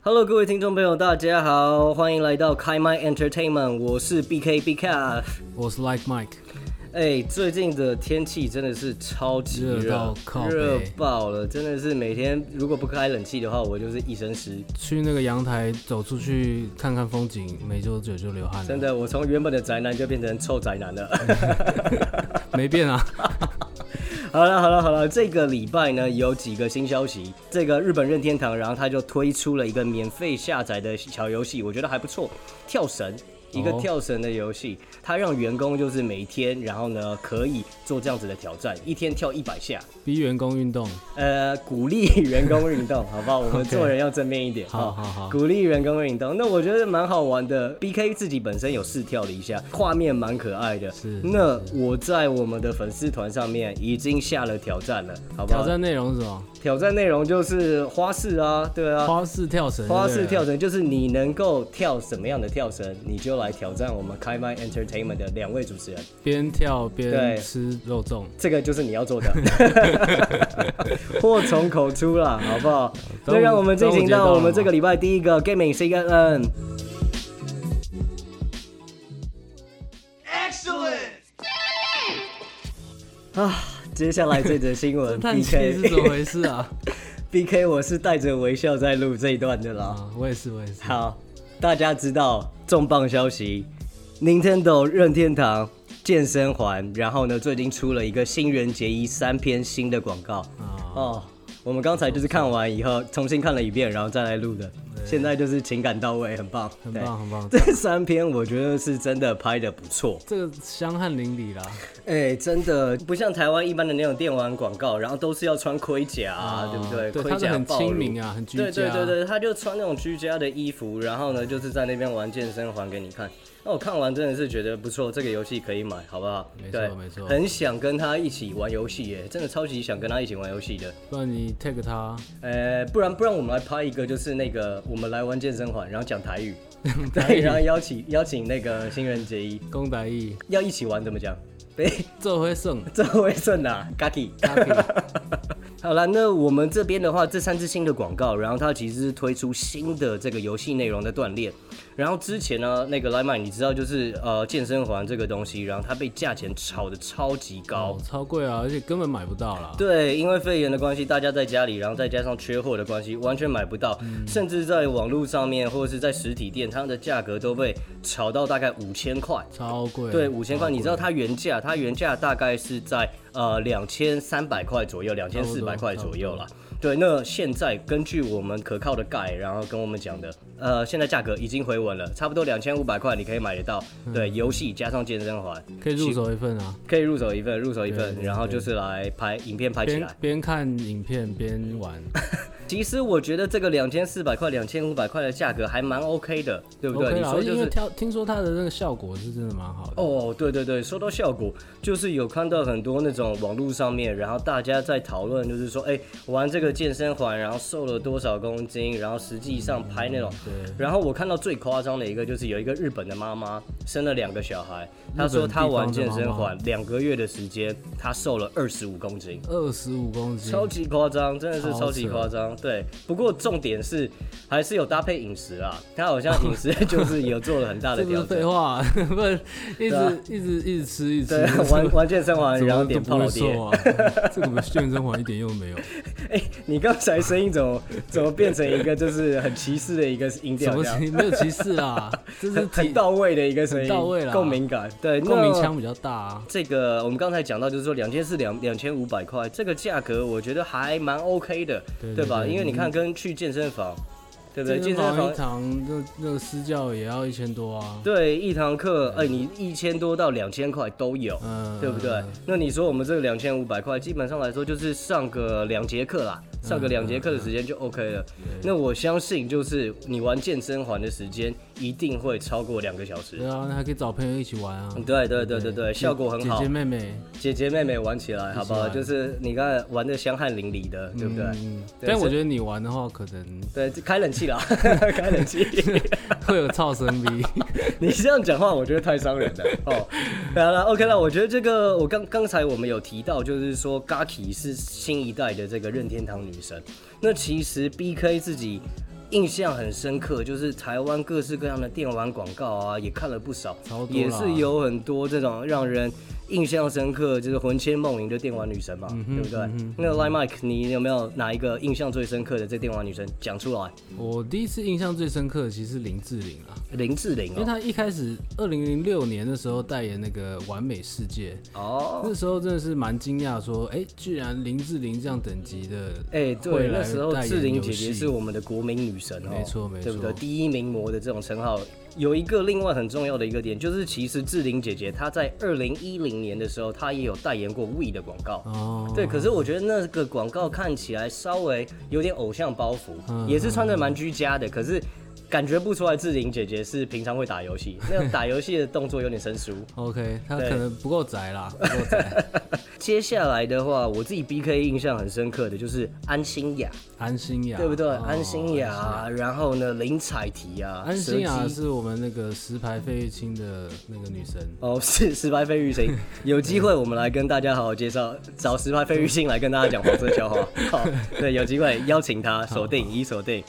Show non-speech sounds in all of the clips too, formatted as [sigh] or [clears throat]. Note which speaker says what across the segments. Speaker 1: Hello，各位听众朋友，大家好，欢迎来到开麦 Entertainment，我是 BK BK。
Speaker 2: 我是 Like Mike，
Speaker 1: 哎，最近的天气真的是超级热，
Speaker 2: 热到靠北
Speaker 1: 热爆了，真的是每天如果不开冷气的话，我就是一身湿。
Speaker 2: 去那个阳台走出去看看风景，没多久就流汗了，
Speaker 1: 真的，我从原本的宅男就变成臭宅男了。
Speaker 2: 没变啊。 [laughs]
Speaker 1: 好了好了好了，这个礼拜呢有几个新消息。这个日本任天堂，然后他就推出了一个免费下载的小游戏，我觉得还不错，跳绳。一个
Speaker 2: 哦
Speaker 1: 跳绳的游戏，它让员工就是每天，然后呢可以做这样子的挑战，一天跳一百下，
Speaker 2: 逼员工运动，
Speaker 1: 呃，鼓励员工运动，好不好？我们
Speaker 2: OK
Speaker 1: 做人要正面一点。
Speaker 2: [laughs] 好
Speaker 1: 哦
Speaker 2: 好好
Speaker 1: 鼓励员工运动，那我觉得蛮好玩的。B K 自己本身有试跳了一下，画面蛮可爱的。
Speaker 2: 是
Speaker 1: 那我在我们的粉丝团上面已经下了挑战了，好不好？
Speaker 2: 挑战内容是什么？
Speaker 1: 挑战内容就是花式啊，对啊。
Speaker 2: 花式跳绳，
Speaker 1: 花式跳
Speaker 2: 绳，
Speaker 1: 绳就是你能够跳什么样的跳绳，你就来挑战我们开麦 Entertainment 的两位主持人。
Speaker 2: 边跳
Speaker 1: 对
Speaker 2: 边吃肉粽，
Speaker 1: 这个就是你要做的， [laughs] 祸从口出啦，好不好？
Speaker 2: 端
Speaker 1: 那
Speaker 2: 午
Speaker 1: 让我们进行
Speaker 2: 端午节到
Speaker 1: 到
Speaker 2: 了
Speaker 1: 我们这个礼拜第一个 Gaming CNN。Excellent！啊，接下来这则新闻
Speaker 2: [laughs] 叹气是怎么
Speaker 1: [laughs] ，BK
Speaker 2: 回事啊？
Speaker 1: BK，我是带着微笑在录这一段的啦。
Speaker 2: 啊，我也是，我也是。
Speaker 1: 好，大家知道重磅消息，Nintendo 任天堂健身环，然后呢，最近出了一个新人节衣三篇新的广告。
Speaker 2: 啊，
Speaker 1: 哦，我们刚才就是看完以后重新看了一遍，然后再来录的。现在就是情感到位，很棒，
Speaker 2: 很
Speaker 1: 对。 [laughs]
Speaker 2: 棒，很棒。
Speaker 1: 这三篇我觉得是真的拍的不错，
Speaker 2: 这个香汗淋漓啦，
Speaker 1: 哎、真的不像台湾一般的那种电玩广告，然后都是要穿盔甲啊，对不对？
Speaker 2: 哦对，
Speaker 1: 盔
Speaker 2: 它是
Speaker 1: 甲
Speaker 2: 很
Speaker 1: 暴
Speaker 2: 亲
Speaker 1: 露
Speaker 2: 民啊，很居
Speaker 1: 对
Speaker 2: 家。
Speaker 1: 对对对，他就穿那种居家的衣服，然后呢，就是在那边玩健身环给你看。那我看完真的是觉得不错，这个游戏可以买，好不好？
Speaker 2: 没错
Speaker 1: 对
Speaker 2: 没错
Speaker 1: 很想跟他一起玩游戏耶，真的超级想跟他一起玩游戏的。
Speaker 2: 不然你 take 它，
Speaker 1: 呃，不然不然我们来拍一个，就是那个我们来玩健身环，然后讲台
Speaker 2: [laughs]
Speaker 1: 语，对，然后邀请邀请那个新人杰一
Speaker 2: 公仔意，
Speaker 1: 要一起玩，怎么讲？对，
Speaker 2: 这会胜。
Speaker 1: [laughs] 这会顺啊 g a k i [laughs]
Speaker 2: 大家可以
Speaker 1: 好了，那我们这边的话，这三支新的广告，然后它其实是推出新的这个游戏内容的锻炼。然后之前呢，那个 l i m e 你知道就是呃健身环这个东西，然后它被价钱炒得超级高。
Speaker 2: 哦，超贵啊，而且根本买不到啦。
Speaker 1: 对，因为肺炎的关系，大家在家里，然后再加上缺货的关系，完全买不到，甚至在网络上面或者是在实体店，它的价格都被炒到大概五千块。
Speaker 2: 超贵。啊
Speaker 1: 对，五千块，你知道它原价，它原价大概是在呃两千三百块左右，两千四百块左右啦。对，那现在根据我们可靠的盖，然后跟我们讲的，呃，现在价格已经回稳了，差不多两千五百块你可以买得到。
Speaker 2: 嗯
Speaker 1: 对，游戏加上健身环，
Speaker 2: 可以入手一份啊，
Speaker 1: 可以入手一份，入手一份，
Speaker 2: 对
Speaker 1: 然后就是来拍影片拍起
Speaker 2: 边
Speaker 1: 来。
Speaker 2: 边看影片边玩，
Speaker 1: 其实我觉得这个两千四百块、两千五百块的价格还蛮 OK 的，对不对
Speaker 2: OK
Speaker 1: 你
Speaker 2: 啦。
Speaker 1: 说就
Speaker 2: 因
Speaker 1: 是
Speaker 2: 为挑听说它的那个效果是真的蛮好的。
Speaker 1: 哦，对对对，说到效果，就是有看到很多那种网络上面，然后大家在讨论，就是说，哎，玩这个健身环，然后瘦了多少公斤，然后实际上拍那种。
Speaker 2: 嗯对，
Speaker 1: 然后我看到最夸张的一个，就是有一个日本的妈妈生了两个小孩，她说她玩健身环两个月的时间，她瘦了二十五公斤。
Speaker 2: 二十五公斤，
Speaker 1: 超级夸张，真的是
Speaker 2: 嗯超
Speaker 1: 超级
Speaker 2: 扯
Speaker 1: 夸张。对，不过重点是还是有搭配饮食啊，她好像饮食 [laughs] 就是有做了很大的
Speaker 2: 这不
Speaker 1: 调
Speaker 2: 是
Speaker 1: 整
Speaker 2: 废。话， [laughs] 不是一
Speaker 1: 对啊
Speaker 2: 直一直一直吃一直 [laughs]
Speaker 1: 对啊
Speaker 2: 吃，，
Speaker 1: 玩玩健身环，
Speaker 2: 怎
Speaker 1: 然后
Speaker 2: 么都
Speaker 1: 点
Speaker 2: 不
Speaker 1: 泡老
Speaker 2: 会
Speaker 1: 爹
Speaker 2: 瘦。啊。 [laughs] 这个健身环一点用都没有，
Speaker 1: [laughs] 哎、你刚才声音怎么 [laughs] 怎么变成一个就是很歧视的一个音
Speaker 2: 什
Speaker 1: 调，
Speaker 2: 么
Speaker 1: 这样
Speaker 2: 没有歧视
Speaker 1: [laughs]
Speaker 2: 啊，这是
Speaker 1: 很很
Speaker 2: 体
Speaker 1: 到位的一个声音，
Speaker 2: 很到位啦
Speaker 1: 够敏感，对，
Speaker 2: 共鸣
Speaker 1: 那
Speaker 2: 腔比较大啊。
Speaker 1: 这个我们刚才讲到，就是说两千四两两千五百块，这个价格我觉得还蛮 OK 的，
Speaker 2: 对对
Speaker 1: 吧？
Speaker 2: 对嗯
Speaker 1: 因为你看跟去健身房，对不对？
Speaker 2: 健
Speaker 1: 健身
Speaker 2: 身房
Speaker 1: 房
Speaker 2: 一堂那那个私教也要一千多啊，
Speaker 1: 对一堂课，哎、你一千多到两千块都有。
Speaker 2: 嗯，
Speaker 1: 对不对？那你说我们这个两千五百块，基本上来说就是上个两节课啦，上个两节课的时间就 OK
Speaker 2: 嗯
Speaker 1: 了。那我相信，就是你玩健身环的时间一定会超过两个小时
Speaker 2: 对。啊，那还可以找朋友一起玩啊。
Speaker 1: 对对嗯对对对，
Speaker 2: 姐
Speaker 1: 效果很好
Speaker 2: 姐姐。妹妹，
Speaker 1: 姐姐妹妹玩起来，好不好？
Speaker 2: 一起玩
Speaker 1: 就是你刚才玩的香汗淋漓的，对不对？
Speaker 2: 嗯，
Speaker 1: 对
Speaker 2: 但我
Speaker 1: 是
Speaker 2: 觉得你玩的话，可能
Speaker 1: 对，开冷气啦， [laughs] 开冷气。
Speaker 2: 会有 [laughs] 噪声逼。
Speaker 1: [laughs] 你这样讲话，我觉得太伤人了。哦，好了，OK 了。我觉得这个，我刚刚才我们有提到，就是说 Gaki 是新一代的这个任天堂女神。那其实 BK 自己印象很深刻，就是台湾各式各样的电玩广告啊，也看了不少
Speaker 2: 超多，啦
Speaker 1: 也是有很多这种让人印象深刻，就是魂牵梦萦的电玩女神
Speaker 2: 嗯
Speaker 1: 嘛，对不对？那 Line Mike，你有没有哪一个印象最深刻的这电玩女神讲出来？
Speaker 2: 我第一次印象最深刻的其实是林志玲啊，
Speaker 1: 林志玲
Speaker 2: 因为
Speaker 1: 哦，
Speaker 2: 她一开始二零零六年的时候代言那个完美世界，
Speaker 1: 哦，
Speaker 2: 那时候真的是蛮惊讶，说哎、诶居然林志玲这样等级的，
Speaker 1: 哎、
Speaker 2: 会
Speaker 1: 对，
Speaker 2: 来
Speaker 1: 那时候
Speaker 2: 代言
Speaker 1: 志玲姐
Speaker 2: 游
Speaker 1: 姐
Speaker 2: 戏
Speaker 1: 是我们的国民女神哦，
Speaker 2: 没错没错
Speaker 1: 对不对？第一名模的这种称号。有一个另外很重要的一个点，就是其实志玲姐姐她在二零一零年的时候，她也有代言过 We 的广告，
Speaker 2: 哦，
Speaker 1: 对，可是我觉得那个广告看起来稍微有点偶像包袱，
Speaker 2: 嗯
Speaker 1: 也是穿的蛮居家的，可是感觉不出来志玲姐姐是平常会打游戏，那种打游戏的动作有点生疏。 [laughs]
Speaker 2: OK，她
Speaker 1: 对
Speaker 2: 可能不够宅啦，不够宅。
Speaker 1: 接下来的话，我自己 BK 印象很深刻的就是安心雅，
Speaker 2: 安心雅，
Speaker 1: 对不对？
Speaker 2: 哦
Speaker 1: 安心雅，，然后呢林采缇啊，
Speaker 2: 安心
Speaker 1: 蛇
Speaker 2: 雅
Speaker 1: 姬
Speaker 2: 是我们那个石牌费玉清的那个女神。
Speaker 1: 哦， [laughs] 是石牌飞玉星，有机会我们来跟大家好好介绍，找石牌飞玉星来跟大家讲黄色笑话。好，对，有机会邀请他，锁定已锁定。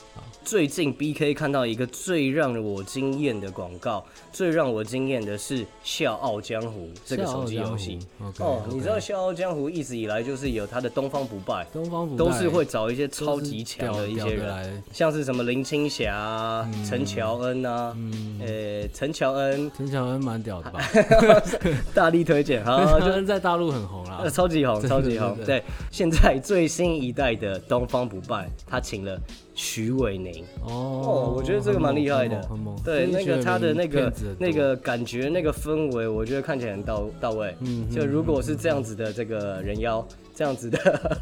Speaker 1: 最近 BK 看到一个最让我惊艳的广告，最让我惊艳的是《笑傲江湖》这个手机游戏。
Speaker 2: OK，
Speaker 1: 哦，你知道《笑傲江湖》一直以来就是有它的东方不败，
Speaker 2: 东方不败
Speaker 1: 都是会找一些超级强的一些
Speaker 2: 都是屌屌得
Speaker 1: 人，
Speaker 2: 来
Speaker 1: 像是什么林青霞、啊、陈乔恩啊，
Speaker 2: 嗯
Speaker 1: 呃，陈乔恩
Speaker 2: 陈乔恩蛮屌
Speaker 1: [laughs]
Speaker 2: 的吧？
Speaker 1: 大力推荐，
Speaker 2: [laughs] 陈
Speaker 1: 好，
Speaker 2: 乔
Speaker 1: 啊就
Speaker 2: 恩在大陆很红啦
Speaker 1: 呃，。超级红，
Speaker 2: 真的
Speaker 1: 超级红
Speaker 2: 真。的
Speaker 1: 对，现在最新一代的东方不败，他请了徐伟宁。哦
Speaker 2: 哦，，
Speaker 1: 我觉得这个蛮厉害的
Speaker 2: 很猛，很猛。
Speaker 1: 对，那个他的那个
Speaker 2: 很猛
Speaker 1: 那，个感觉、那个氛围，我觉得看起来很到到位。嗯，就如果是这样子的这个人妖，这样
Speaker 2: [laughs]
Speaker 1: 子的，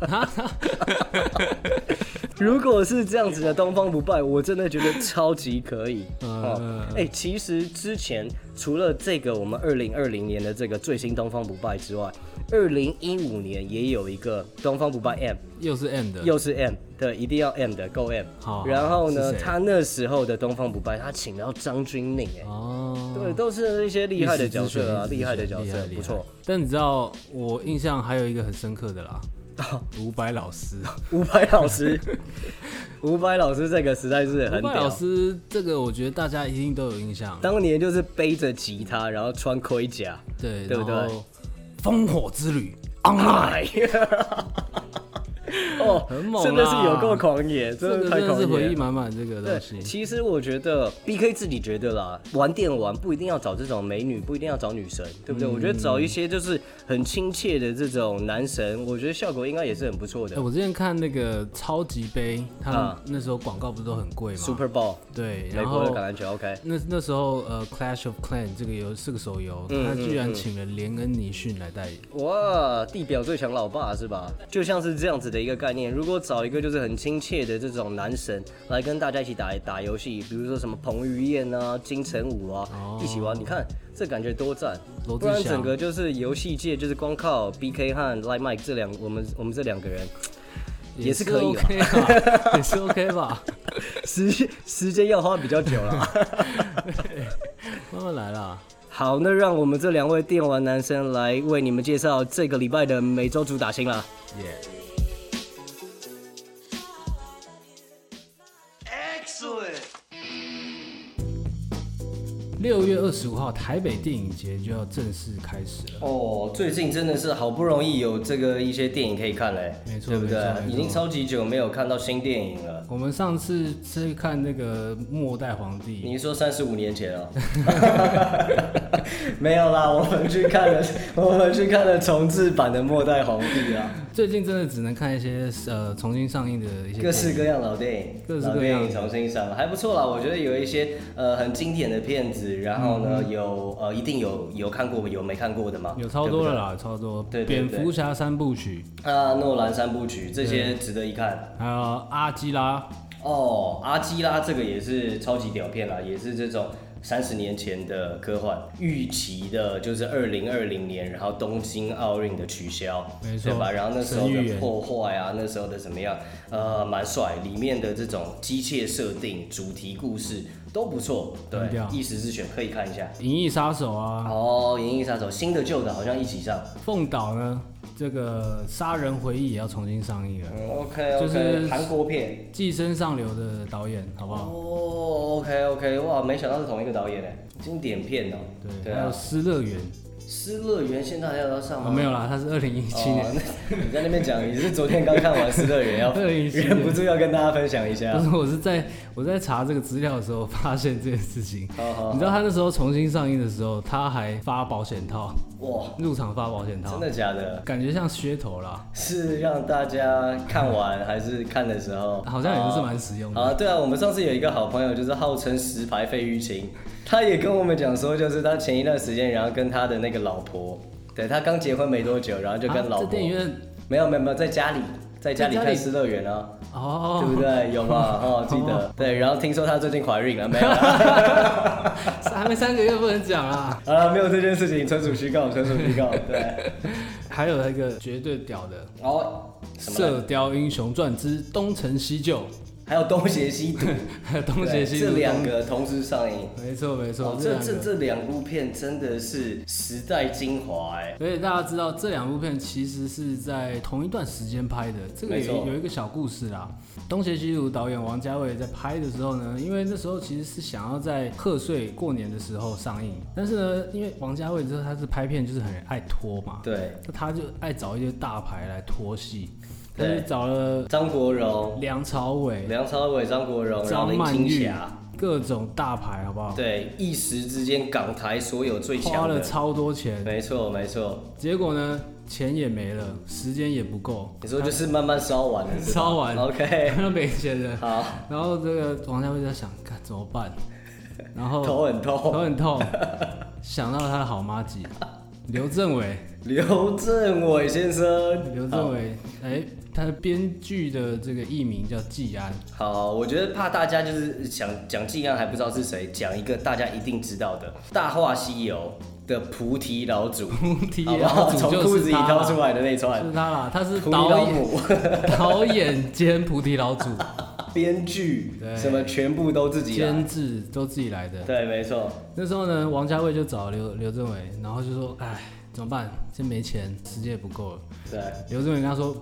Speaker 1: 如果是这样子的东方不败，我真的觉得超级可以。
Speaker 2: 嗯
Speaker 1: 哦
Speaker 2: 嗯，
Speaker 1: 哎、其实之前除了这个我们二零二零年的这个最新东方不败之外，二零一五年也有一个东方不败 M。
Speaker 2: 又是 M 的，
Speaker 1: 又是 M 对，一定要 M 的，够 M。
Speaker 2: 好
Speaker 1: 然后呢
Speaker 2: 是，谁
Speaker 1: 他那时候的东方不败，他请到张钧甯，哎、
Speaker 2: 哦，
Speaker 1: 对，都是一些厉害的角色啊，
Speaker 2: 一时之选
Speaker 1: 厉害的角
Speaker 2: 一时之
Speaker 1: 色
Speaker 2: 选，
Speaker 1: 不错。。
Speaker 2: 但你知道我印象还有一个很深刻
Speaker 1: [laughs]
Speaker 2: 的啦，伍佰老师。
Speaker 1: 伍佰老师，伍佰老师这个实在是
Speaker 2: 伍
Speaker 1: 很
Speaker 2: 佰
Speaker 1: 屌
Speaker 2: 老，师这个，我觉得大家一定都有印象，
Speaker 1: 当年就是背着吉他，然后穿盔
Speaker 2: [laughs]
Speaker 1: 甲，
Speaker 2: 对
Speaker 1: 对不对？
Speaker 2: 然后烽火之旅
Speaker 1: [laughs] 哎
Speaker 2: online，
Speaker 1: 哦，
Speaker 2: 很猛啊
Speaker 1: 真的是有够狂野，
Speaker 2: 这
Speaker 1: 的
Speaker 2: 个
Speaker 1: 太
Speaker 2: 真的
Speaker 1: 狂
Speaker 2: 是
Speaker 1: 野
Speaker 2: 回忆
Speaker 1: 了。
Speaker 2: 满满这个
Speaker 1: 对
Speaker 2: 东，西。
Speaker 1: 其实我觉得 B K 自己觉得啦，玩电玩不一定要找这种美女，不一定要找女神，对
Speaker 2: 嗯
Speaker 1: 不对？我觉得找一些就是很亲切的这种男神，我觉得效果应该也是很不错的
Speaker 2: 哎，。我之前看那个超级杯，他们
Speaker 1: 啊
Speaker 2: 那时候广告不是都很贵吗？
Speaker 1: Super Ball，
Speaker 2: 对，
Speaker 1: 美
Speaker 2: 然
Speaker 1: 国的
Speaker 2: 后
Speaker 1: 橄榄球，OK，
Speaker 2: 那那时候呃，Clash of Clan 这个游是个手游，
Speaker 1: 嗯
Speaker 2: 他居然请了连恩尼逊来代言。
Speaker 1: 哇，地表最强老爸是吧？就像是这样子的一个概念。如果找一个就是很亲切的这种男神来跟大家一起打打游戏，比如说什么彭于晏啊、金城武啊，
Speaker 2: 哦
Speaker 1: 一起玩，你看这感觉多赞！
Speaker 2: 罗志
Speaker 1: 不然
Speaker 2: 祥
Speaker 1: 整个就是游戏界就是光靠 BK 和 Light Mike 这两我们我们这两个人。也是可以啦
Speaker 2: OK 吧，也是 OK 吧，
Speaker 1: 时时间要花比较久了。
Speaker 2: 慢慢来啦。
Speaker 1: [laughs] 好，那让我们这两位电玩男生来为你们介绍这个礼拜的每周主打星啦。
Speaker 2: 耶、六月二十五号，台北电影节就要正式开始了。
Speaker 1: 哦，最近真的是好不容易有这个一些电影可以看嘞，
Speaker 2: 没错
Speaker 1: 对不对
Speaker 2: 没错？没错
Speaker 1: 已经超级久没有看到新电影了。
Speaker 2: 我们上次是看那个《末代皇帝》，
Speaker 1: 你是说三十五年前
Speaker 2: [laughs]
Speaker 1: 哦？没有啦，我们去看了，我们去看了重制版的《末代皇帝》啊，
Speaker 2: 最近真的只能看一些呃重新上映的一些
Speaker 1: 各
Speaker 2: 电
Speaker 1: 式
Speaker 2: 影。
Speaker 1: 各样老电影，
Speaker 2: 各式各
Speaker 1: 老
Speaker 2: 样
Speaker 1: 电影重新上，还不错啦。我觉得有一些呃很经典的片子，然后呢有呃一定有有看过有没看过的嘛，
Speaker 2: 嗯有超
Speaker 1: 对不
Speaker 2: 多
Speaker 1: 对
Speaker 2: 了啦，有超多。
Speaker 1: 对对对
Speaker 2: 蝙蝠侠三部曲，
Speaker 1: 啊，诺兰三部曲这些值得一看。
Speaker 2: 还有阿基拉，
Speaker 1: 哦，阿基拉这个也是超级屌片啦，也是这种三十年前的科幻，预期的就是二零二零年，然后东京奥运的取消，
Speaker 2: 没错
Speaker 1: 对吧？然后那时候
Speaker 2: 神预
Speaker 1: 的
Speaker 2: 言
Speaker 1: 破坏啊，那时候的怎么样？呃，蛮帅，里面的这种机械设定、主题故事都不错，对
Speaker 2: 很屌，
Speaker 1: 一时之选可以看一下。
Speaker 2: 银翼杀手》啊，
Speaker 1: 哦，《银翼杀手》新的旧的好像一起上
Speaker 2: 《凤岛》呢，这个《杀人回忆》也要重新上映了，
Speaker 1: ，OK
Speaker 2: 就
Speaker 1: OK，
Speaker 2: 是
Speaker 1: 哦韩国片。
Speaker 2: 《寄生上流》的导演，好不好？
Speaker 1: 哦，OK OK，哇，没想到是同一个导演哎，经典片哦。
Speaker 2: 对，
Speaker 1: 对
Speaker 2: 还有《
Speaker 1: 啊，
Speaker 2: 失乐园》
Speaker 1: 失乐园现在还要上吗？
Speaker 2: 哦，没有啦，它是二零一七年，
Speaker 1: 哦，那 [laughs] 你在那边讲，你是昨天刚看完《失乐
Speaker 2: [laughs]
Speaker 1: 园》，要
Speaker 2: 2017
Speaker 1: 忍不住要跟大家分享一下。
Speaker 2: 但是我是在我在查这个资料的时候发现这件事情。
Speaker 1: 好好，
Speaker 2: 你知道他那时候重新上映的时候，他还发保险套，
Speaker 1: 哇，
Speaker 2: 入场发保险
Speaker 1: 真
Speaker 2: 套，
Speaker 1: 的假的？
Speaker 2: 感觉像噱头啦，
Speaker 1: 是让大家看完还是看的时候？
Speaker 2: 好像也是蛮实用的。
Speaker 1: 啊，对啊，我们上次有一个好朋友，就是号称石牌费玉清，他也跟我们讲说，就是他前一段时间，然后跟他的那个老婆，对他刚结婚没多久，然后就跟老
Speaker 2: 啊、
Speaker 1: 婆，
Speaker 2: 在电影院
Speaker 1: 没有没有没有，在家里，在家里
Speaker 2: 在家里
Speaker 1: 看《失乐园》啊，对
Speaker 2: 哦，
Speaker 1: 不对？有吧？哦，记得对。然后听说她最近怀孕了，没有
Speaker 2: [laughs]
Speaker 1: 啦？
Speaker 2: 还没三个月不能讲啊。
Speaker 1: 好了，没有这件事情，纯属虚构，纯属虚
Speaker 2: [laughs]
Speaker 1: 构。对。
Speaker 2: 还有一个绝对屌的
Speaker 1: 然后
Speaker 2: 《
Speaker 1: 什么呢？
Speaker 2: 射雕英雄传之东成西就》，
Speaker 1: 还有东邪西
Speaker 2: [laughs]
Speaker 1: 毒，
Speaker 2: 还有东邪
Speaker 1: 对
Speaker 2: 西
Speaker 1: 这
Speaker 2: 毒，
Speaker 1: 两个同时上映。
Speaker 2: 没错没错，
Speaker 1: 哦，
Speaker 2: 这
Speaker 1: 这
Speaker 2: 两
Speaker 1: 这
Speaker 2: 个。
Speaker 1: 这两部片真的是时代精华哎。
Speaker 2: 而且大家知道，这两部片其实是在同一段时间拍的。这个
Speaker 1: 没错
Speaker 2: 有有一个小故事啦。东邪西毒导演王家卫在拍的时候呢，因为那时候其实是想要在贺岁过年的时候上映，但是呢，因为王家卫之后他是拍片就是很爱拖嘛，
Speaker 1: 对，
Speaker 2: 那他就爱找一些大牌来拖戏，他
Speaker 1: 对
Speaker 2: 就找了
Speaker 1: 张国荣、
Speaker 2: 梁朝伟、
Speaker 1: 梁朝伟、张国荣，然后
Speaker 2: 张
Speaker 1: 林
Speaker 2: 曼
Speaker 1: 青
Speaker 2: 玉
Speaker 1: 霞。
Speaker 2: 各种大牌，好不好？
Speaker 1: 对，一时之间港台所有最
Speaker 2: 花
Speaker 1: 强
Speaker 2: 了
Speaker 1: 的，
Speaker 2: 超多钱，
Speaker 1: 没错没错。
Speaker 2: 结果呢，钱也没了，时间也不够，
Speaker 1: 你说就是慢慢烧完了，是吧
Speaker 2: 烧完
Speaker 1: OK，
Speaker 2: [laughs] 他没钱了。
Speaker 1: 好，
Speaker 2: 然后这个王家卫在想，看怎么办？然后
Speaker 1: 头很
Speaker 2: 头
Speaker 1: 痛。
Speaker 2: 很痛，想到他的好妈吉刘镇伟，
Speaker 1: 刘镇伟先生，
Speaker 2: 刘镇伟，哎，他的编剧的这个艺名叫季安， [laughs]
Speaker 1: 好，我觉得怕大家就是想讲尽量还不知道是谁，讲一个大家一定知道的《大话西游》的菩提老祖，
Speaker 2: 菩提
Speaker 1: 好不好
Speaker 2: 老祖
Speaker 1: 从裤
Speaker 2: 就
Speaker 1: 子
Speaker 2: 是
Speaker 1: 里
Speaker 2: 他
Speaker 1: 掏
Speaker 2: 啦，
Speaker 1: 出来的那一串，
Speaker 2: 就是他啦，他是
Speaker 1: 菩提老
Speaker 2: 导演
Speaker 1: 母、
Speaker 2: [laughs] 导演兼菩提老祖，
Speaker 1: 编剧
Speaker 2: 对
Speaker 1: 什么全部都自己来。
Speaker 2: 监制都自己来的。
Speaker 1: 对，没错，
Speaker 2: 那时候呢，王家卫就找刘刘镇伟，然后就说，哎，怎么办？这没钱，时间也不够了。
Speaker 1: 对，
Speaker 2: 刘镇伟跟他说，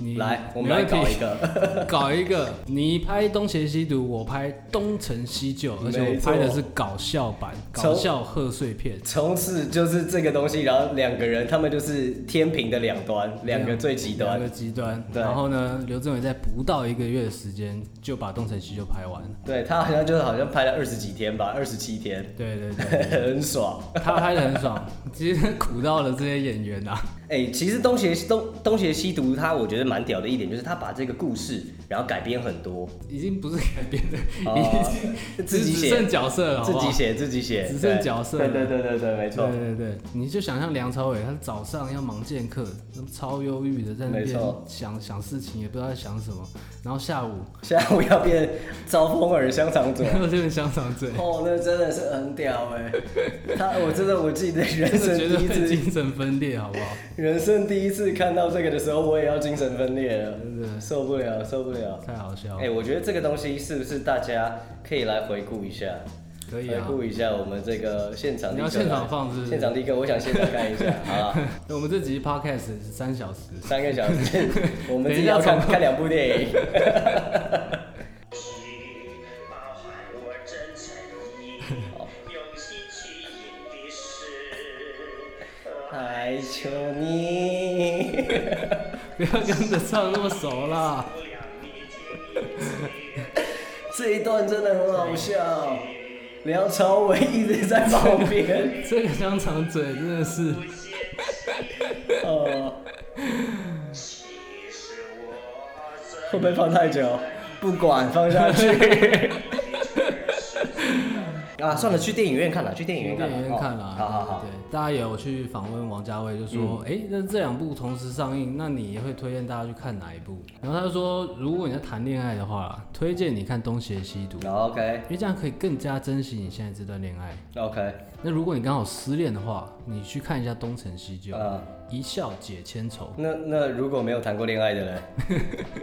Speaker 2: 你
Speaker 1: 来，我们
Speaker 2: 没
Speaker 1: 来
Speaker 2: 问题
Speaker 1: 搞一个。
Speaker 2: [laughs] 搞一个，你拍《东邪西毒》，我拍《东成西就》，而且我拍的是搞笑版、
Speaker 1: 错
Speaker 2: 搞笑贺岁片。
Speaker 1: 从此就是这个东西，然后两个人他们就是天平的两端，两个最极
Speaker 2: 两
Speaker 1: 端
Speaker 2: 个。极端。
Speaker 1: 对
Speaker 2: 然后呢，刘镇伟在不到一个月的时间就把《东成西就》拍完。
Speaker 1: 对他好像就是好像拍了二十几天吧，二十七天，
Speaker 2: 对对对，
Speaker 1: 很爽。
Speaker 2: 他拍的很爽，其实苦到了这些演员啊。
Speaker 1: 哎、其实东邪东东邪西毒，他我觉得蛮屌的一点就是他把这个故事，然后改编很
Speaker 2: [laughs]
Speaker 1: 多，
Speaker 2: 已经不是改编的，
Speaker 1: 哦
Speaker 2: 已经
Speaker 1: 自己
Speaker 2: 只
Speaker 1: 写
Speaker 2: 剩角色了，好
Speaker 1: 自
Speaker 2: 不
Speaker 1: 己
Speaker 2: 好？
Speaker 1: 写自己写，
Speaker 2: 只剩
Speaker 1: 对
Speaker 2: 角色
Speaker 1: 对对对对对，没错
Speaker 2: 对。对对，你就想象梁朝伟，他早上要忙剑客，超忧郁的在那
Speaker 1: 没
Speaker 2: 边
Speaker 1: 错
Speaker 2: 想想事情，也不知道在想什么。然后下午
Speaker 1: 下午要变招风耳香肠
Speaker 2: [laughs]
Speaker 1: 嘴。
Speaker 2: 我这边香肠嘴，
Speaker 1: 哦，那真的是很屌
Speaker 2: [laughs]
Speaker 1: 哎、他我真的我自己的人
Speaker 2: 真
Speaker 1: 生
Speaker 2: 的觉得
Speaker 1: 第一
Speaker 2: 会
Speaker 1: 次，
Speaker 2: 精神分裂，好不好？
Speaker 1: 人生第一次看到这个的时候，我也要精神分裂了，
Speaker 2: 真的
Speaker 1: 受不了，受不了。
Speaker 2: 太好笑
Speaker 1: 哎、
Speaker 2: 了，
Speaker 1: 我觉得这个东西是不是大家可以来回顾一下？
Speaker 2: 可以
Speaker 1: 回
Speaker 2: 啊。
Speaker 1: 顾一下我们这个现场立刻来。
Speaker 2: 你要现场放是不是
Speaker 1: 现场立刻，我想现场看一
Speaker 2: [laughs]
Speaker 1: 下。好了，
Speaker 2: 我们这集 podcast 是三小时，
Speaker 1: 三个小时，我们
Speaker 2: 等
Speaker 1: 自
Speaker 2: 一
Speaker 1: 己
Speaker 2: 下
Speaker 1: 要看
Speaker 2: 重
Speaker 1: 看两部电影。
Speaker 3: 包含我真诚意，用心去演的事。
Speaker 1: 还求你，
Speaker 2: 不要跟着唱那么熟啦。
Speaker 1: 这一段真的很好笑。梁朝伟一直在旁边。
Speaker 2: 这个香肠嘴真的是，
Speaker 1: 哦，
Speaker 3: 其实我真
Speaker 1: 会不会放太久？不管，放下去。 [laughs] 啊，算了，去电影院看了，去电影
Speaker 2: 去
Speaker 1: 院
Speaker 2: 电
Speaker 1: 看了，
Speaker 2: 影院看了、
Speaker 1: 哦好好嗯好
Speaker 2: 对，对对大家也有去访问王家卫，就说，哎、那这两部同时上映，那你也会推荐大家去看哪一部？然后他就说，如果你在谈恋爱的话，推荐你看《东邪西
Speaker 1: 哦
Speaker 2: 毒》，
Speaker 1: ，OK
Speaker 2: 因为这样可以更加珍惜你现在这段恋爱。
Speaker 1: OK，
Speaker 2: 那如果你刚好失恋的话，你去看一下《东成西就》
Speaker 1: 嗯
Speaker 2: 一笑解千愁。
Speaker 1: 那那如果没有谈过恋爱的
Speaker 2: [laughs]
Speaker 1: 人，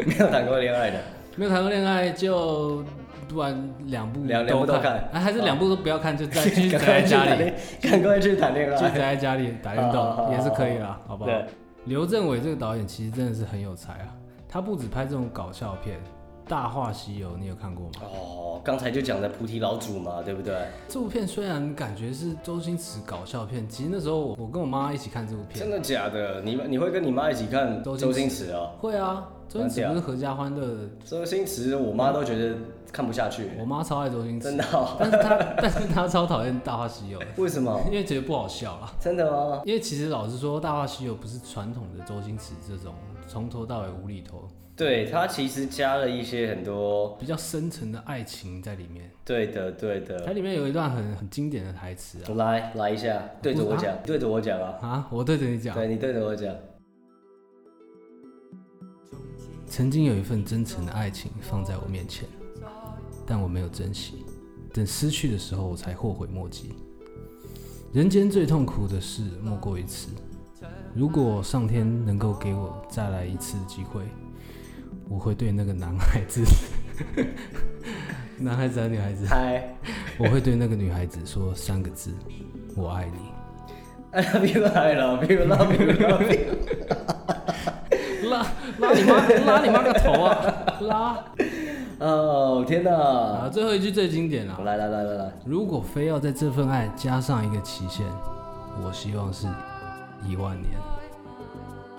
Speaker 1: 没有谈过恋爱的，
Speaker 2: 没有谈过恋爱就不然两部
Speaker 1: 两两部都看
Speaker 2: 哎、还是两部都不要看，就再继续
Speaker 1: [laughs] 赶
Speaker 2: 宅
Speaker 1: 快
Speaker 2: 在
Speaker 1: 去
Speaker 2: 家
Speaker 1: 谈
Speaker 2: 里，
Speaker 1: 恋，赶快去谈恋
Speaker 2: 就宅
Speaker 1: 爱，
Speaker 2: 在家里打运
Speaker 1: 好好好
Speaker 2: 动
Speaker 1: 好
Speaker 2: 也是可以啦，好不好
Speaker 1: 啊对？
Speaker 2: 刘镇伟这个导演其实真的是很有才啊，他不止拍这种搞笑片，《大话西游》你有看过吗？
Speaker 1: 哦，刚才就讲的菩提老祖嘛，对不对？
Speaker 2: 这部片虽然感觉是周星驰搞笑片，其实那时候我我跟我妈一起看这部片
Speaker 1: 真，的假的？你你会跟你妈一起看
Speaker 2: 周星驰
Speaker 1: 周星驰哦？
Speaker 2: 会啊，周星驰不是合家欢乐的，
Speaker 1: 周星驰，我妈都觉得看不下去，
Speaker 2: 我妈超爱周星
Speaker 1: 真
Speaker 2: 驰，
Speaker 1: 的哦？ [laughs]
Speaker 2: 但是她 [laughs] 但是她超讨厌《大话西游》的，
Speaker 1: 为什么？
Speaker 2: 因为觉得不好笑啦。
Speaker 1: 真的吗？
Speaker 2: 因为其实老实说，《大话西游》不是传统的周星驰这种从头到尾无厘头，
Speaker 1: 对他其实加了一些很多，
Speaker 2: 比较深层的爱情在里面。
Speaker 1: 对的对
Speaker 2: 它
Speaker 1: 的，
Speaker 2: 里面有一段很很经典的台词
Speaker 1: 来来一下，对着我
Speaker 2: 不是
Speaker 1: 讲，对着我讲啊，
Speaker 2: 啊啊！我对着你讲，
Speaker 1: 对你对着我讲，
Speaker 2: 曾经有一份真诚的爱情放在我面前，但我没有珍惜。等失去的时候，我才后悔莫及。人间最痛苦的事莫过于此。如果上天能够给我再来一次机会，我会对那个男孩子， [laughs] 男孩子还是女孩子， [laughs]
Speaker 1: 嗨
Speaker 2: 我会对那个女孩子说三个字：我爱你。
Speaker 1: ，I love you，I love you，love you，love you。
Speaker 2: 拉拉你妈，拉你妈个头啊！拉
Speaker 1: 哦，天哪！
Speaker 2: 啊！最后一句最经典了、
Speaker 1: 来来来来来，
Speaker 2: 如果非要在这份爱加上一个期限，我希望是一万年。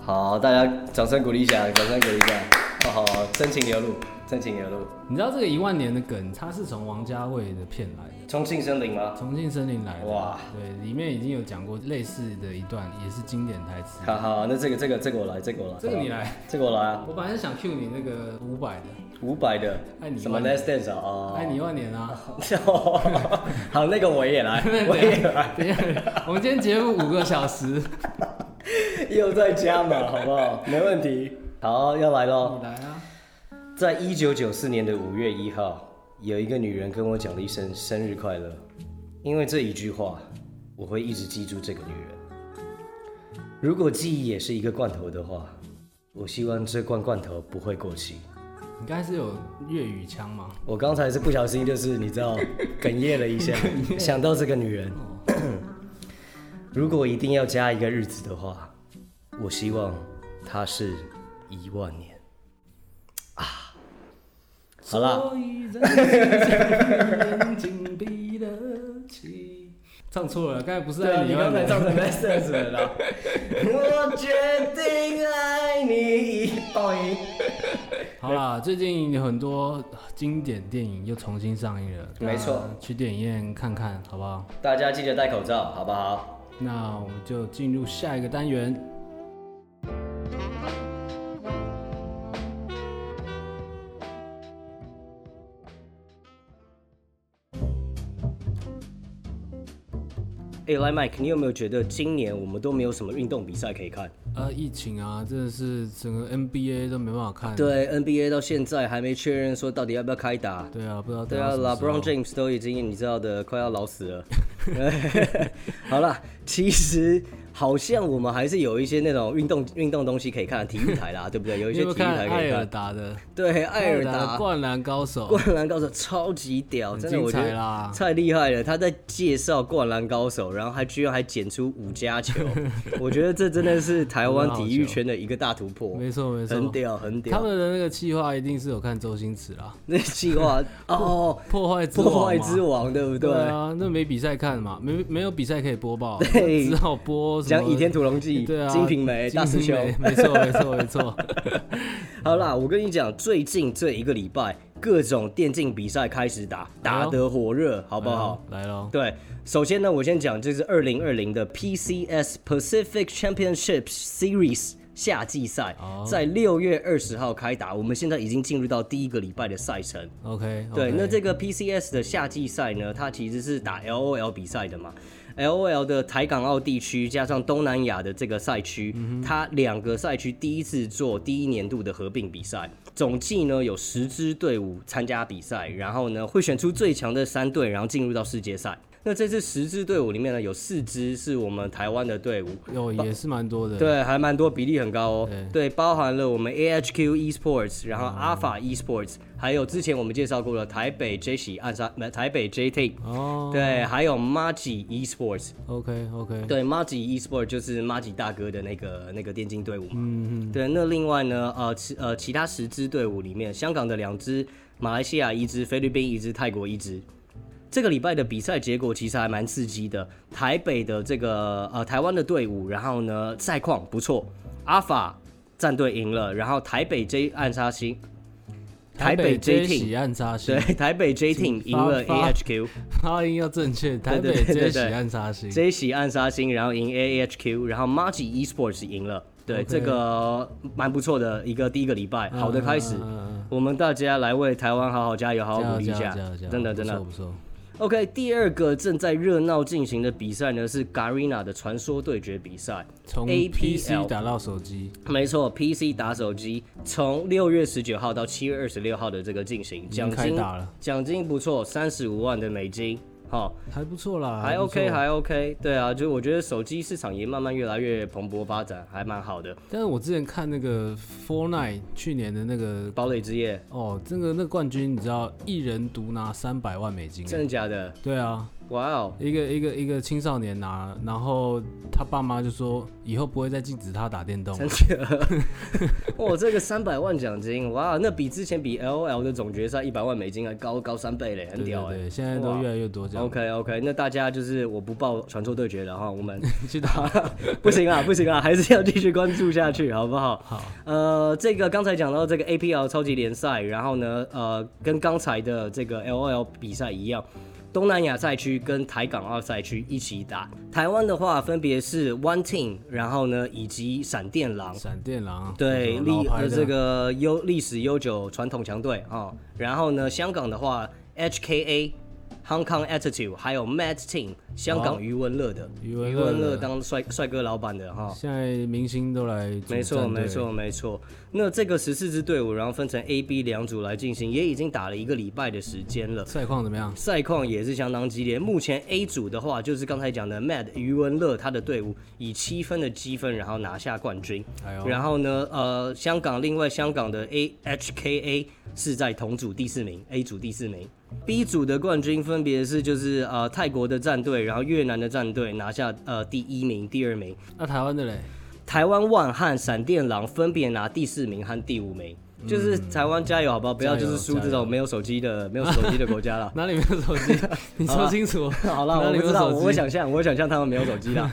Speaker 1: 好，大家掌声鼓励一下，掌声鼓励一下，好好，真情流露，真情流露。
Speaker 2: 你知道这个一万年的梗，它是从王家卫的片来的，
Speaker 1: 重庆森林吗？
Speaker 2: 《重庆森林》来的。
Speaker 1: 哇！
Speaker 2: 对，里面已经有讲过类似的一段，也是经典台词。
Speaker 1: 好好，那这个这个这个我来，这个我来，
Speaker 2: 这个你来，
Speaker 1: 这个我来啊，
Speaker 2: 我本来是想 cue 你那个五百的，
Speaker 1: 五百的
Speaker 2: 爱你一
Speaker 1: 什
Speaker 2: 万
Speaker 1: 么 Next Dance 啊？哦
Speaker 2: 爱你一万年啊。
Speaker 1: [laughs] 好，那个我也
Speaker 2: [laughs]
Speaker 1: 来，我也来，
Speaker 2: 等一下，我们今天节目五个小时，
Speaker 1: 又在加码，好不好？没问题。好，要来喽。
Speaker 2: 你来啊！
Speaker 1: 在一九九四年的五月一号，有一个女人跟我讲了一声生日快乐，因为这一句话，我会一直记住这个女人。如果记忆也是一个罐头的话，我希望这罐罐头不会过期。
Speaker 2: 你刚才是有粤语腔吗？
Speaker 1: 我刚才是不小心，就是你知道，哽咽了一下，想到这个女人。 [clears throat] 如果一定要加一个日子的话，我希望她是一万年。啊，好啦。
Speaker 2: 所以人生眼睛闭得起。唱错了，刚才不是
Speaker 1: 对啊，
Speaker 2: 爱
Speaker 1: 你
Speaker 2: 你
Speaker 1: 刚才唱
Speaker 2: 的。
Speaker 1: 成 m e s s 了啦。 [laughs] 我决定爱你。报应。
Speaker 2: 好啦，最近有很多经典电影又重新上映了，
Speaker 1: 没错
Speaker 2: 那去电影院看看好不好？
Speaker 1: [laughs] 大家记得戴口罩，好不好？
Speaker 2: 那我们就进入下一个单元。
Speaker 1: 哎、来 Mike，你有没有觉得今年我们都没有什么运动比赛可以看？
Speaker 2: 呃，疫情啊，真的是整个 NBA 都没办法看。
Speaker 1: 对，NBA 到现在还没确认说到底要不要开打。
Speaker 2: 对啊，不知道
Speaker 1: 对
Speaker 2: 等
Speaker 1: 啊
Speaker 2: 到什么时候
Speaker 1: ，LeBron James 都已经你知道的，快要老死 [laughs] 了。好啦，其实好像我们还是有一些那种运动运动东西可以看，体育台啦，对不对？有一
Speaker 2: 你
Speaker 1: 些
Speaker 2: 有
Speaker 1: 体
Speaker 2: 没有
Speaker 1: 育
Speaker 2: 看
Speaker 1: 台可
Speaker 2: 艾
Speaker 1: 以
Speaker 2: 尔
Speaker 1: 看。
Speaker 2: 达的
Speaker 1: 对，艾尔
Speaker 2: 的
Speaker 1: 达
Speaker 2: 灌篮高手？
Speaker 1: 灌篮高手超级屌，
Speaker 2: 很
Speaker 1: 真的，我觉
Speaker 2: 精彩啦
Speaker 1: 得太厉害了。他在介绍灌篮高手，然后还居然还剪出五加
Speaker 2: [laughs]
Speaker 1: 球，我觉得这真的是台湾体育圈的一个大突破，
Speaker 2: [laughs] 没错没错，
Speaker 1: 很屌很
Speaker 2: 他
Speaker 1: 屌。
Speaker 2: 们的那个计划一定是有看周星驰啦，
Speaker 1: 那计
Speaker 2: [laughs]
Speaker 1: 划哦，
Speaker 2: 破坏之王嘛
Speaker 1: 破坏之王，对不对
Speaker 2: 对？啊，那没比赛看嘛，没没有比赛可以播报，
Speaker 1: [laughs] 对
Speaker 2: 只好播什么
Speaker 1: 讲《倚天屠龙记》
Speaker 2: 对啊，
Speaker 1: 金瓶梅》
Speaker 2: 金
Speaker 1: 大师兄
Speaker 2: 瓶。梅没错没错没错，
Speaker 1: [laughs] 好啦，我跟你讲，最近这一个礼拜，各种电竞比赛开始打，
Speaker 2: 哎
Speaker 1: 打得火热，好
Speaker 2: 好
Speaker 1: 不好？？
Speaker 2: 来喽，
Speaker 1: 对，首先呢，我先讲这是二零二零的 PCS Pacific Championship Series 夏季赛
Speaker 2: 哦，
Speaker 1: 在六月二十号开打。我们现在已经进入到第一个礼拜的赛程。
Speaker 2: OK，
Speaker 1: 对，那这个 PCS 的夏季赛呢，它其实是打 LOL 比赛的嘛。LOL 的台港澳地区加上东南亚的这个赛区，它两个赛区第一次做第一年度的合并比赛，总计呢有十支队伍参加比赛，然后呢会选出最强的三队，然后进入到世界赛。那这次十支队伍里面呢，有四支是我们台湾的队伍，
Speaker 2: 有也是蛮多的，，
Speaker 1: 对，还蛮多，比例很高哦。对，包含了我们 AHQ Esports，然后 Alpha Esports，还有之前我们介绍过的台北 J 喜暗杀，呃台北 JT，
Speaker 2: 哦
Speaker 1: 对，还有 Magi Esports，
Speaker 2: ，OK OK，
Speaker 1: 对，Magi Esport 就是 Magi 大哥的那个那个电竞队伍嘛。嗯嗯。对，那另外呢，呃，其呃其他十支队伍里面，香港的两支，马来西亚一支，菲律宾一支，泰国一支。这个礼拜的比赛结果其实还蛮刺激的。台北的这个呃台湾的队伍，然后呢赛况不错，阿法战队赢了，然后台北 J 暗杀星，台北 J
Speaker 2: J
Speaker 1: Team
Speaker 2: 喜暗杀星
Speaker 1: 对，，台北 J Team 赢了
Speaker 2: 发发
Speaker 1: AHQ。
Speaker 2: 发音要正确，台
Speaker 1: [laughs] 对
Speaker 2: 北
Speaker 1: 对对
Speaker 2: J 喜
Speaker 1: 对
Speaker 2: 暗杀星，
Speaker 1: J 喜暗杀星，然后赢 AHQ，然后 Magi Esports 赢了。对
Speaker 2: OK
Speaker 1: 这个蛮不错的一个第一个礼拜，好的开始。
Speaker 2: 嗯嗯嗯
Speaker 1: 我们大家来为台湾好好加油，好
Speaker 2: 嗯
Speaker 1: 好鼓励一
Speaker 2: 加油
Speaker 1: 下
Speaker 2: 加油加，油
Speaker 1: 真的真的
Speaker 2: 不错。不错，
Speaker 1: OK，第二个正在热闹进行的比赛呢是 Garena 的传说对决比赛，
Speaker 2: 从
Speaker 1: APL
Speaker 2: PC 打到手机，
Speaker 1: 没错，PC 打手机从六月十九号到七月二十六号的这个进行，
Speaker 2: 经
Speaker 1: 奖
Speaker 2: 开
Speaker 1: 金
Speaker 2: 打了
Speaker 1: 奖金不错，三十五万的美金，好、
Speaker 2: 还不错啦，
Speaker 1: 还
Speaker 2: 不
Speaker 1: OK，
Speaker 2: 错
Speaker 1: 还 OK，对啊，就我觉得手机市场也慢慢越来越蓬勃发展，还蛮好的。
Speaker 2: 但是我之前看那个 Fortnite 去年的那个
Speaker 1: 堡垒之夜，
Speaker 2: 哦，这个那冠军你知道，一人独拿三百万美金，欸
Speaker 1: 真的假的？
Speaker 2: 对啊，
Speaker 1: 哇哦， [laughs]
Speaker 2: 一个一个一个青少年拿，然后他爸妈就说以后不会再禁止他打电动
Speaker 1: 真，的！哇，这个三百万奖金，哇，哦那比之前比 LOL 的总决赛一百万美金还高高三倍嘞，很
Speaker 2: 对
Speaker 1: 屌哦
Speaker 2: 对
Speaker 1: 哎、
Speaker 2: 对，现在都越来越多这样，
Speaker 1: OK OK，那大家就是我不报传说对决了哈，我们
Speaker 2: [laughs] 去打
Speaker 1: [laughs] 不行啊，不行啊，还是要继续关注下去，好不好？好。呃，这个刚才讲到这个 APL 超级联赛，然后呢，呃，跟刚才的这个 LOL 比赛一样，东南亚赛区跟台港澳赛区一起打。台湾的话，分别是 One Team，然后呢，以及闪电狼。
Speaker 2: 闪电狼，啊
Speaker 1: 对，
Speaker 2: 老
Speaker 1: 历
Speaker 2: 牌
Speaker 1: 呃
Speaker 2: 的
Speaker 1: 这个悠历史悠久传统强队啊、哦然后呢，香港的话，HKA、Hong Kong Attitude，还有 Mad Team，香港余文乐的，
Speaker 2: 哦余文乐的
Speaker 1: 文乐当帅帅哥老板的哈、
Speaker 2: 现在明星都来，
Speaker 1: 没错，没，错，没错。那这个十四支队伍，然后分成 A、B 两组来进行，也已经打了一个礼拜的时间了。
Speaker 2: 赛况怎么样？
Speaker 1: 赛况也是相当激烈。目前 A 组的话，就是刚才讲的 Mad 余文乐他的队伍以七分的积分，然后拿下冠军。
Speaker 2: 哎呦
Speaker 1: 然后呢，呃，香港另外香港的 A H K A 是在同组第四名，A 组第四名。B 组的冠军分别是就是呃泰国的战队，然后越南的战队拿下呃第一名、第二名。
Speaker 2: 那台湾的嘞，
Speaker 1: 台湾万和闪电狼分别拿第四名和第五名。就是台湾加油，好不好？不要就是输这
Speaker 2: 加油。
Speaker 1: 种没有手机的、没有手机的国家了
Speaker 2: 哪里没有
Speaker 1: [laughs]
Speaker 2: 手机？你说清楚。
Speaker 1: 好了，
Speaker 2: 嗯哪
Speaker 1: 我
Speaker 2: 里
Speaker 1: 不
Speaker 2: 没有
Speaker 1: 知道，
Speaker 2: 手机
Speaker 1: 我想象，我想象他们没有手
Speaker 2: [laughs]
Speaker 1: 机啦。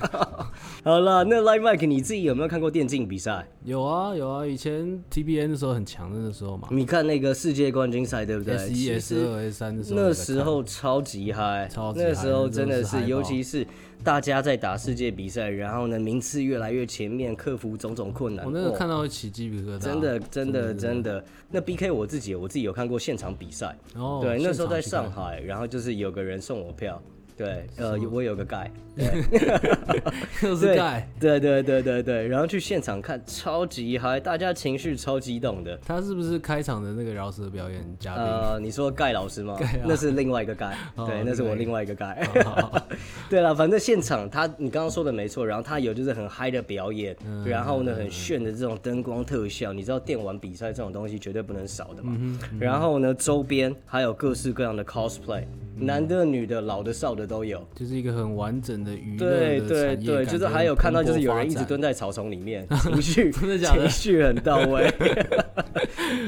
Speaker 1: 好了，那 Live Mike 你自己有没有看过电竞比赛？
Speaker 2: 有啊有啊，以前 TBN 的时候很强的那时候嘛
Speaker 1: 你看那个世界冠军赛，对不对？
Speaker 2: ，S
Speaker 1: 其
Speaker 2: 一、
Speaker 1: 实
Speaker 2: S 二、S 三的时候有在看，
Speaker 1: 那时候超级嗨，
Speaker 2: 超级嗨
Speaker 1: 那时候真的
Speaker 2: 那时候
Speaker 1: 是，
Speaker 2: 是
Speaker 1: 尤
Speaker 2: 嗨爆
Speaker 1: 其是大家在打世界比赛，然后呢名次越来越前面，克服种种困难。
Speaker 2: 我那个
Speaker 1: 哦
Speaker 2: 看到会起鸡皮疙瘩，
Speaker 1: 真的，真的，真的。那 B K 我自己，我自己有看过现场比赛。
Speaker 2: 哦
Speaker 1: 对，那时候在
Speaker 2: 现场
Speaker 1: 上海，然后就是有个人送我票。对，呃，我有个盖，
Speaker 2: [laughs] 又哦是
Speaker 1: 对
Speaker 2: 盖，，
Speaker 1: 对，对，对，对，对，然后去现场看，超级嗨，大家情绪超激动的。
Speaker 2: 他是不是开场的那个饶舌表演嘉宾？
Speaker 1: 呃，你说盖老师吗？
Speaker 2: 啊
Speaker 1: 那是另外一个盖，
Speaker 2: 哦
Speaker 1: 对，那是我另
Speaker 2: 另
Speaker 1: 外一个盖。 [laughs] 对了，反正现场他，你刚刚说的没错，然后他有就是很嗨的表演，然后呢很炫的这种灯光特效，你知道电玩比赛这种东西绝对不能少的嘛。然后呢，周边还有各式各样的 cosplay，、男的、女的、老的、少的都有。
Speaker 2: 就是一个很完整的娱乐
Speaker 1: 对
Speaker 2: 的
Speaker 1: 对
Speaker 2: 产业
Speaker 1: 对，
Speaker 2: 感
Speaker 1: 就是
Speaker 2: 觉
Speaker 1: 还有看到就是有人一直
Speaker 2: 蓬勃发展
Speaker 1: 蹲在草丛里
Speaker 2: [laughs]
Speaker 1: 面，情绪
Speaker 2: 真的假的
Speaker 1: 情绪很到
Speaker 2: [laughs]
Speaker 1: 位。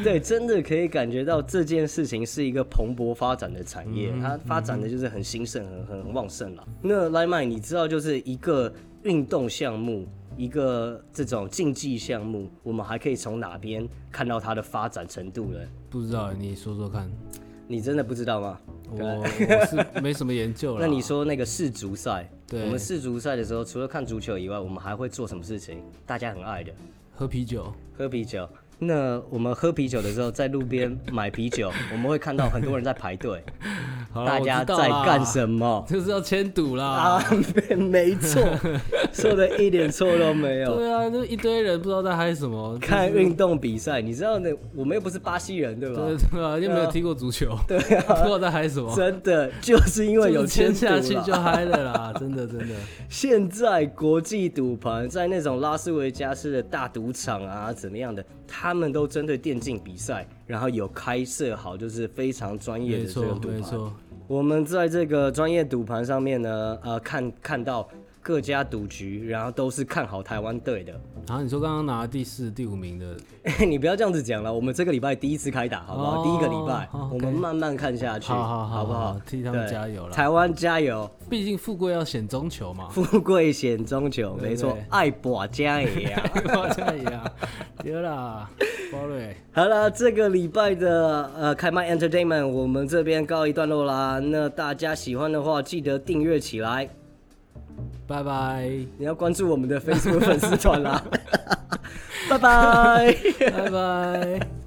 Speaker 1: 对，真的可以感觉到这件事情是一个蓬勃发展的产业，
Speaker 2: 嗯
Speaker 1: 它发展的就是很兴盛、很很旺盛了。那 l i m e 你知道就是一个运动项目。一个这种竞技项目，我们还可以从哪边看到它的发展程度呢？
Speaker 2: 不知道你说说看，
Speaker 1: 你真的不知道吗？ [laughs]
Speaker 2: 我我是没什么研究
Speaker 1: 那
Speaker 2: 了。
Speaker 1: 你说那个世足赛，
Speaker 2: 对
Speaker 1: 我们世足赛的时候，除了看足球以外，我们还会做什么事情？大家很爱的，
Speaker 2: 喝
Speaker 1: [laughs]
Speaker 2: 啤酒。
Speaker 1: 喝啤酒。那我们喝啤酒的时候，在路边买啤酒，
Speaker 2: [laughs]
Speaker 1: 我们会看到很多人在排队，
Speaker 2: 好
Speaker 1: 大
Speaker 2: 啦
Speaker 1: 家
Speaker 2: 啊我知道
Speaker 1: 在
Speaker 2: 啦
Speaker 1: 干什么？
Speaker 2: [laughs] 就是要签赌啦。
Speaker 1: 啊，没没错，说的一点错都没有。
Speaker 2: 对啊，就一堆人不知道在嗨什么。
Speaker 1: 看运动比赛，你知道那我们又不是巴西 [laughs] 人，对吧？
Speaker 2: 对对啊，又没有踢过足球，对
Speaker 1: 啊
Speaker 2: [laughs] 不知道在嗨什么。
Speaker 1: 真的就是因为有
Speaker 2: 就是签
Speaker 1: 赌
Speaker 2: 下去
Speaker 1: 啦
Speaker 2: 就嗨了啦，真的真的。
Speaker 1: 现在国际赌盘在那种拉斯维加斯的大赌场啊，怎么样的，他们都针对电竞比赛，然后有开设好就是非常专业
Speaker 2: 没
Speaker 1: 的这
Speaker 2: 错
Speaker 1: 个赌
Speaker 2: 没
Speaker 1: 盘。
Speaker 2: 错，
Speaker 1: 我们在这个专业赌盘上面呢，呃，看看到各家赌局，然后都是看好台湾队的。 [laughs]
Speaker 2: 然后你说刚刚拿第四、第五名的，
Speaker 1: 你不要这样子讲了，我们这个礼拜第一次开打，好不好？
Speaker 2: 哦
Speaker 1: 第一个礼拜，
Speaker 2: 好
Speaker 1: 我们
Speaker 2: OK
Speaker 1: 慢慢看下去，
Speaker 2: 好好好
Speaker 1: 不
Speaker 2: 好
Speaker 1: 好？
Speaker 2: 替他们
Speaker 1: 对
Speaker 2: 加油啦
Speaker 1: 台湾加油！
Speaker 2: 毕竟富贵要显中求
Speaker 1: [laughs]
Speaker 2: 嘛。 [laughs]
Speaker 1: 富贵险中求，
Speaker 2: 对
Speaker 1: 没错，爱把家也呀。
Speaker 2: 我这里啊，对啦，包瑞，
Speaker 1: 好了，这个礼拜的呃开麦 Entertainment 我们这边告一段落啦。那大家喜欢的话，记得订阅起来，
Speaker 2: 拜拜，
Speaker 1: 你要关注我们的 Facebook 粉丝团啦。拜拜。
Speaker 2: 拜拜。